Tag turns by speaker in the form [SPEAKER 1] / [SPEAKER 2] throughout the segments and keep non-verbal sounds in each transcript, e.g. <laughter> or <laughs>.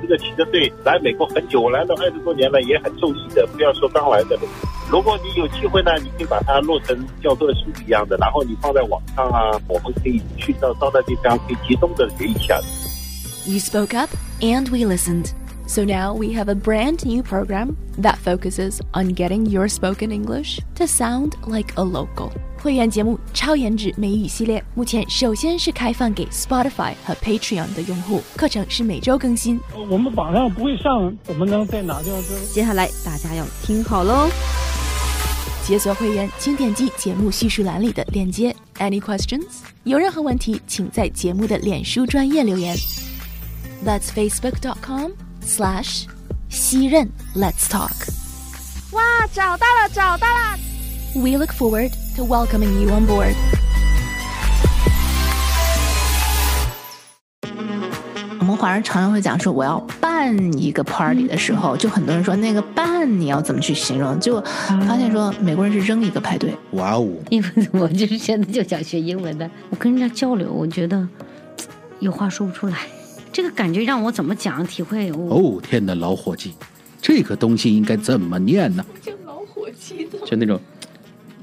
[SPEAKER 1] 这个骑着队来美国很久，我来了二十多年了，也很受益的。不要说刚来的，如果你有机会呢，你可以把它录成教授的书一样的，然后你放在网上啊，我们可以去到到那地方可以集中的学一下。
[SPEAKER 2] You spoke up and we listened. So now we have a brand new program that focuses on getting your spoken English to sound like a local.
[SPEAKER 3] 会员节目《超颜值美语系列》目前首先是开放给 Spotify 和 Patreon 的用户，课程是每周更新。
[SPEAKER 4] 我们榜上不会上，怎么能在哪地方知？
[SPEAKER 5] 接下来大家要听好喽！
[SPEAKER 3] 解锁会员，请点击节目叙述栏里的链接。Any questions？有任何问题，请在节目的脸书专业留言。That's Facebook.com/slash 西任 Let's Talk。
[SPEAKER 6] 哇，找到了，找到了！
[SPEAKER 3] We look forward to welcoming you on board.
[SPEAKER 7] Mm. 我们华人常常会讲说，我要办一个 party 的时候，就很多人说那个办你要怎么去形容？就发现说美国人是扔一个派对。
[SPEAKER 8] 哇哦！
[SPEAKER 9] 因为我就是现在就想学英文的，我跟人家交流，我觉得有话说不出来，这个感觉让我怎么讲体会？
[SPEAKER 8] 哦天哪，老伙计，这个东西应该怎么念呢？
[SPEAKER 10] 就那种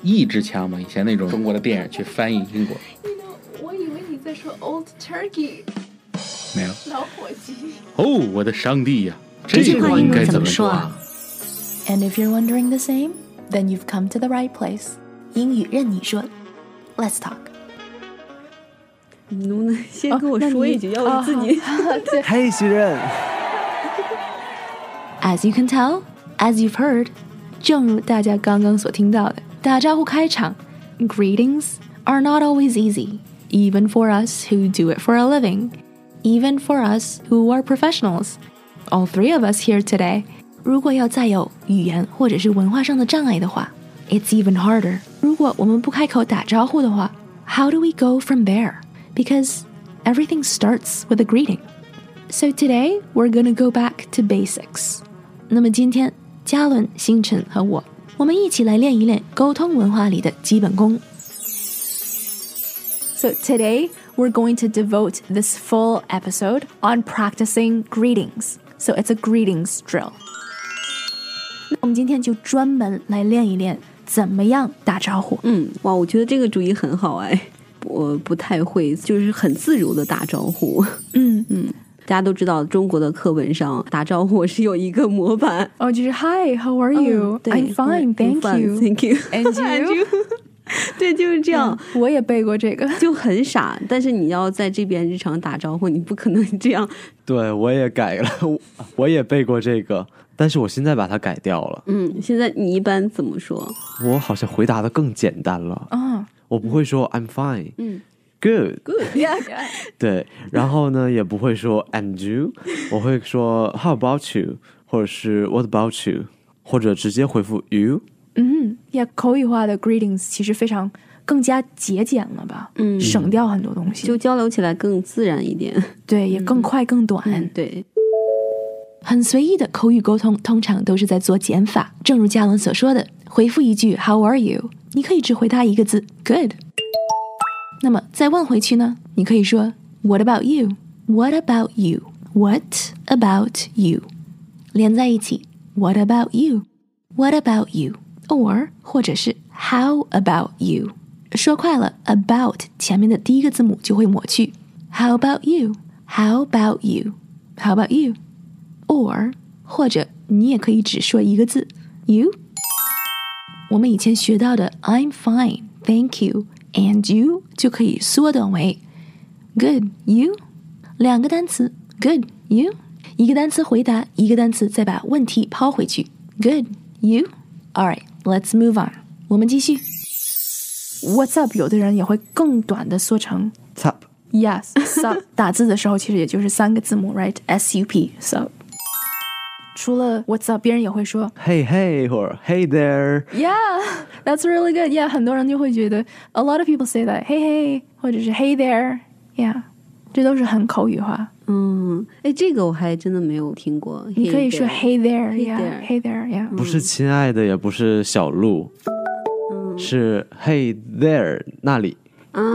[SPEAKER 10] 意志腔嘛，以前那种中国的电影去翻译英国。
[SPEAKER 11] You know, 我以为你在说 old turkey。
[SPEAKER 10] 没了。
[SPEAKER 11] 老伙计。
[SPEAKER 10] 哦，我的上帝呀、
[SPEAKER 9] 啊！这句话
[SPEAKER 10] 应该
[SPEAKER 9] 怎
[SPEAKER 10] 么
[SPEAKER 9] 说啊
[SPEAKER 2] ？And if you're wondering the same, then you've come to the right place.
[SPEAKER 3] 英语任你说，Let's talk。
[SPEAKER 5] 你能不能先跟我说一句，要我自己？
[SPEAKER 12] 嘿，徐任。
[SPEAKER 3] As you can tell, as you've heard. 正如大家刚刚所听到的，打招呼开场，Greetings are not always easy, even for us who do it for a living, even for us who are professionals. All three of us here today. 如果要再有语言或者是文化上的障碍的话，It's even harder. 如果我们不开口打招呼的话，How do we go from there? Because everything starts with a greeting. So today we're gonna go back to basics. 那么今天。嘉伦、星辰和我，我们一起来练一练沟通文化里的基本功。
[SPEAKER 2] So today we're going to devote this full episode on practicing greetings. So it's a greetings drill.
[SPEAKER 3] 那我们今天就专门来练一练怎么样打招呼。
[SPEAKER 5] 嗯，哇，我觉得这个主意很好哎，我不太会，就是很自如的打招呼。 <laughs>
[SPEAKER 3] 嗯嗯。
[SPEAKER 5] 大家都知道，中国的课本上打招呼是有一个模板
[SPEAKER 2] 哦，就是 Hi, how are you?、
[SPEAKER 5] Oh,
[SPEAKER 2] I'm fine, thank you,
[SPEAKER 5] thank you,
[SPEAKER 2] <laughs>
[SPEAKER 5] <laughs>
[SPEAKER 2] and you.
[SPEAKER 5] 对，就是这样、
[SPEAKER 2] 嗯。 <laughs> 我也背过这个， <laughs>
[SPEAKER 5] 就很傻。但是你要在这边日常打招呼，你不可能这样。
[SPEAKER 12] 对，我也改了，我也背过这个，但是我现在把它改掉了。
[SPEAKER 5] 嗯，现在你一般怎么说？
[SPEAKER 12] 我好像回答的更简单了
[SPEAKER 2] 啊，oh.
[SPEAKER 12] 我不会说 I'm fine。
[SPEAKER 5] 嗯。
[SPEAKER 12] Good,
[SPEAKER 5] good,
[SPEAKER 2] <laughs>
[SPEAKER 5] yeah.
[SPEAKER 12] 对，然后呢，也不会说 and you，我会说 How about you，或者是 What about you，或者直接回复 you。
[SPEAKER 2] 嗯，也口语化的 greetings 其实非常更加节俭了吧？
[SPEAKER 5] 嗯，
[SPEAKER 2] 省掉很多东西，
[SPEAKER 5] 就交流起来更自然一点。
[SPEAKER 2] 对，也更快更短。
[SPEAKER 5] 嗯、对，
[SPEAKER 3] 很随意的口语沟通，通常都是在做减法。正如嘉文所说的，回复一句 How are you，你可以只回答一个字 Good。那么再问回去呢？你可以说 What about you? What about you? What about you? 连在一起 What about you? What about you? Or 或者是 How about you? 说快了，about 前面的第一个字母就会抹去。How about you? How about you? How about you? Or 或者
[SPEAKER 2] <laughs>
[SPEAKER 3] 你也可以只说一个字 You。我们以前学到的 I'm fine, thank you。and you 就可以缩短为 good you，两个单词 good you，一个单词回答，一个单词再把问题抛回去 good you。All right, let's move on，我们继续。
[SPEAKER 2] What's up？有的人也会更短的缩成
[SPEAKER 12] sup。
[SPEAKER 2] Yes，sup 打字的时候其实也就是三个字母，right？S U P <laughs> sup。除了 What's up，别人也会说
[SPEAKER 12] Hey hey 或者 Hey there。
[SPEAKER 2] Yeah, that's really good. Yeah，很多人就会觉得 A lot of people say that Hey hey，或者是 Hey there。Yeah，这都是很口语化。
[SPEAKER 5] 嗯，哎，这个我还真的没有听过。
[SPEAKER 2] 你可以说 Hey
[SPEAKER 5] there，Yeah，Hey
[SPEAKER 2] there，Yeah。
[SPEAKER 12] 不是亲爱的，也不是小鹿，是 Hey there 那里。
[SPEAKER 5] 嗯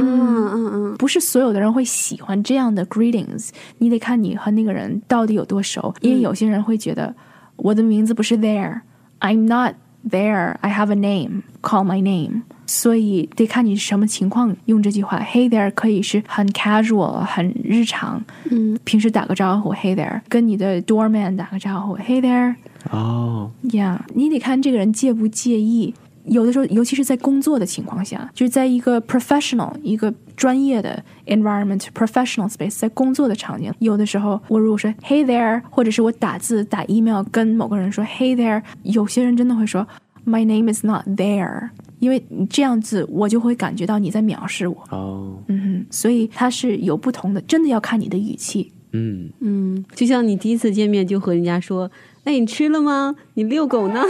[SPEAKER 5] 嗯嗯，
[SPEAKER 2] 不是所有的人会喜欢这样的 greetings，你得看你和那个人到底有多熟，因为有些人会觉得我的名字不是 there，I'm not there，I have a name，call my name，所以得看你是什么情况用这句话。Hey there 可以是很 casual，很日常，
[SPEAKER 5] 嗯，
[SPEAKER 2] 平时打个招呼，Hey there，跟你的 doorman 打个招呼，Hey there。
[SPEAKER 12] 哦，
[SPEAKER 2] 呀你得看这个人介不介意。有的时候，尤其是在工作的情况下，就是在一个 professional、一个专业的 environment、professional space，在工作的场景，有的时候我如果说 Hey there，或者是我打字打 email 跟某个人说 Hey there，有些人真的会说 My name is not there，因为你这样子我就会感觉到你在藐视我。
[SPEAKER 12] 哦，
[SPEAKER 2] 嗯哼，所以它是有不同的，真的要看你的语气。
[SPEAKER 12] 嗯，
[SPEAKER 5] 嗯，就像你第一次见面就和人家说：“哎，你吃了吗？你遛狗呢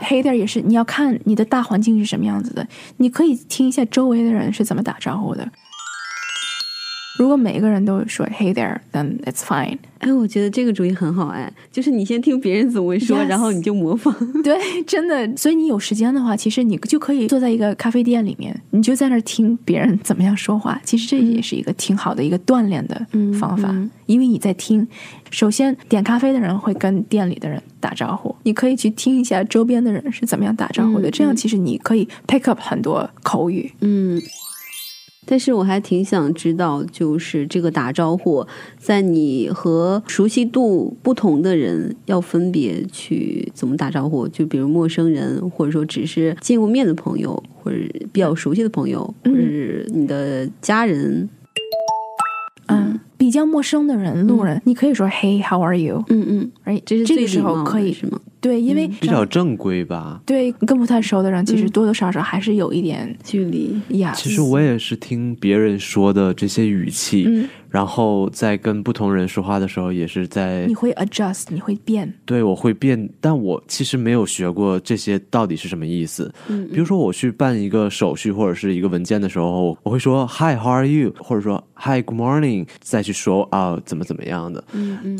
[SPEAKER 2] Hey there 也是，你要看你的大环境是什么样子的，你可以听一下周围的人是怎么打招呼的。如果每个人都说 Hey there，then it's fine。？” <laughs>
[SPEAKER 5] 哎，我觉得这个主意很好哎，就是你先听别人怎么说
[SPEAKER 2] Yes
[SPEAKER 5] 然后你就模仿。
[SPEAKER 2] 对，真的。所以你有时间的话，其实你就可以坐在一个咖啡店里面，你就在那儿听别人怎么样说话。其实这
[SPEAKER 5] 嗯
[SPEAKER 2] 也是一个挺好的一个锻炼的方法，因为你在听。首先，点咖啡的人会跟店里的人打招呼，你可以去听一下周边的人是怎么样打招呼的。
[SPEAKER 5] 嗯
[SPEAKER 2] 这样
[SPEAKER 5] 嗯
[SPEAKER 2] 其实你可以 pick up 很多口语。
[SPEAKER 5] 嗯，但是我还挺想知道，就是这个打招呼，在你和熟悉度不同的人要分别去怎么打招呼，就比如陌生人，或者说只是见过面的朋友，或者比较熟悉的朋友，或者是你的家人。
[SPEAKER 2] 嗯，比较陌生的人、路人，你可以说 “Hey, how are you？”
[SPEAKER 5] 嗯嗯，
[SPEAKER 2] 哎，
[SPEAKER 5] 这是
[SPEAKER 2] 这
[SPEAKER 5] 最
[SPEAKER 2] 个时
[SPEAKER 5] 礼貌
[SPEAKER 2] 候
[SPEAKER 5] 的
[SPEAKER 2] 可以
[SPEAKER 5] 是吗？嗯
[SPEAKER 2] 对，因为
[SPEAKER 12] 比较正规吧。
[SPEAKER 2] 对跟不太熟的人，其实多多少少还是有一点
[SPEAKER 5] 距离
[SPEAKER 2] 呀。
[SPEAKER 12] 其实我也是听别人说的这些语气，
[SPEAKER 2] 嗯
[SPEAKER 12] 然后在跟不同人说话的时候，也是在
[SPEAKER 2] 你会 adjust，你会变，
[SPEAKER 12] 对，我会变，但我其实没有学过这些到底是什么意思。
[SPEAKER 2] 嗯嗯
[SPEAKER 12] 比如说我去办一个手续或者是一个文件的时候，我会说 Hi, how are you，或者说 Hi, good morning，再去说啊怎么怎么样的。
[SPEAKER 5] 嗯嗯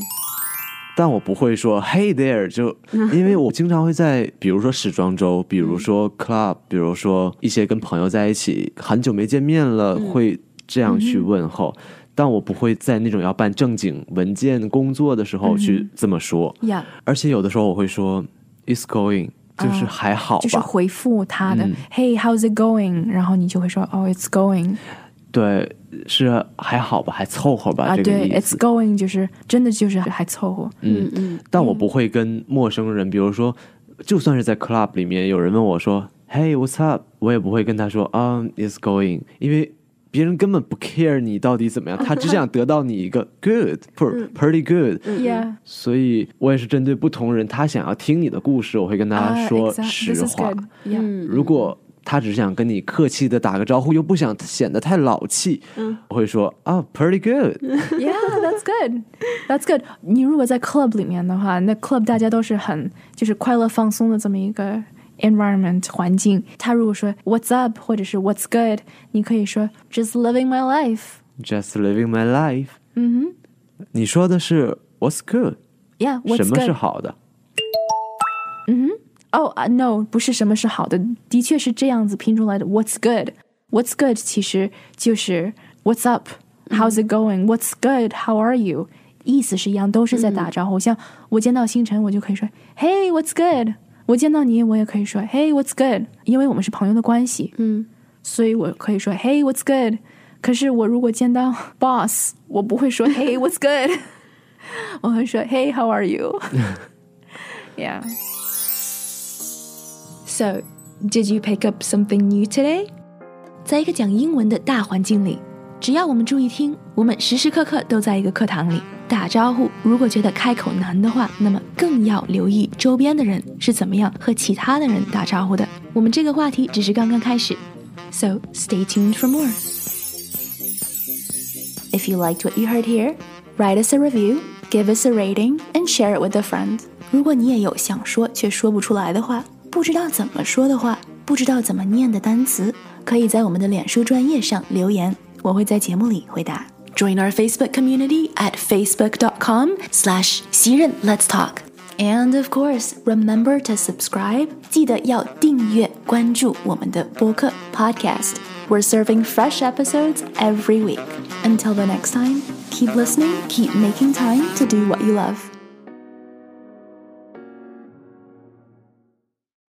[SPEAKER 12] 但我不会说 Hey there，就因为我经常会在比如说时装周，比如说 club，比如说一些跟朋友在一起很久没见面了，
[SPEAKER 5] 嗯
[SPEAKER 12] 会这样去问候。但我不会在那种要办正经文件工作的时候去
[SPEAKER 2] 嗯
[SPEAKER 12] 这么说。
[SPEAKER 2] 呀，
[SPEAKER 12] 而且有的时候我会说 is going，就是还好吧，
[SPEAKER 2] 啊就是回复他的
[SPEAKER 12] 嗯
[SPEAKER 2] “Hey, how's it going？” 然后你就会说哦 it's going”，
[SPEAKER 12] 对，是还好吧，还凑合吧、
[SPEAKER 2] 啊，
[SPEAKER 12] 这个
[SPEAKER 2] 对
[SPEAKER 12] 意
[SPEAKER 2] ，“it's
[SPEAKER 12] 思。
[SPEAKER 2] going” 就是真的就是还凑合。
[SPEAKER 12] 嗯
[SPEAKER 5] 嗯，
[SPEAKER 12] 但我不会跟陌生人，比如说，就算是在 club 里面有人问我说 “Hey, what's up”，我也不会跟他说啊、“is going”，因为别人根本不 care 你到底怎
[SPEAKER 2] <laughs>
[SPEAKER 12] 么样，他只想得到你一个 good
[SPEAKER 2] 嗯
[SPEAKER 12] 或者 pretty good。
[SPEAKER 5] 嗯
[SPEAKER 2] Yeah,
[SPEAKER 12] 所以我也是针对不同人，他想要听你的故事，我会跟他
[SPEAKER 2] 啊
[SPEAKER 12] 说
[SPEAKER 2] exact- this
[SPEAKER 12] 实
[SPEAKER 2] is
[SPEAKER 12] 话。
[SPEAKER 2] good. Yeah.
[SPEAKER 12] 如果他只是想跟你客气的打个招呼，又不想显得太老气，
[SPEAKER 2] 嗯
[SPEAKER 12] 我会说啊，pretty good，
[SPEAKER 2] Yeah, that's good. That's good. 你如果在 club 里面的话，那 club 大家都是很就是快乐放松的这么一个 environment 环境。他如果说 What's up 或者是 What's good，你可以说 Just living my life.
[SPEAKER 12] just living my life。
[SPEAKER 2] 嗯
[SPEAKER 12] 你说的是 what's good，
[SPEAKER 2] 哼，Yeah,
[SPEAKER 12] 什
[SPEAKER 2] what's
[SPEAKER 12] 么是
[SPEAKER 2] good？
[SPEAKER 12] 好的？
[SPEAKER 2] 嗯哼，哦啊，no，不是什么是好的，的确是这样子拼出来的。What's good? What's good 其实就是 What's up? How's it going? What's good? How are you? 意思是一样，都是在打招呼。像我见到星辰，我就可以说 Hey, what's good？我见到你，我也可以说 Hey, what's good？因为我们是朋友的关系，
[SPEAKER 5] 嗯，
[SPEAKER 2] 所以我可以说 Hey, what's good？可是我如果见到 boss，我不会说 Hey, what's good？我会说 Hey, how are you？Yeah. So, did you pick up something new today?
[SPEAKER 3] 在一个讲英文的大环境里，
[SPEAKER 2] 只要我们注意听，我们时时刻刻都在一个课堂里打招呼。如果觉得开口难的话，那么更要留意周边的人是怎么样和其他的人打招呼的。我们这个话题只是刚刚开始，So stay tuned for more.
[SPEAKER 3] If you liked what you heard here, write us a review, give us a rating, and share it with a friend.
[SPEAKER 2] 如果你也有想说却说不出来的话，不知道怎么说的话，不知道怎么念的单词，可以在我们的脸书专页上留言，我会在节目里回答。
[SPEAKER 3] Join our Facebook community at facebook.com slash 袭人 Let's Talk. And of course, remember to subscribe. 记得要订阅关注我们的播客 podcast. We're serving fresh episodes every week. Until the next time, keep listening, keep making time to do what you love.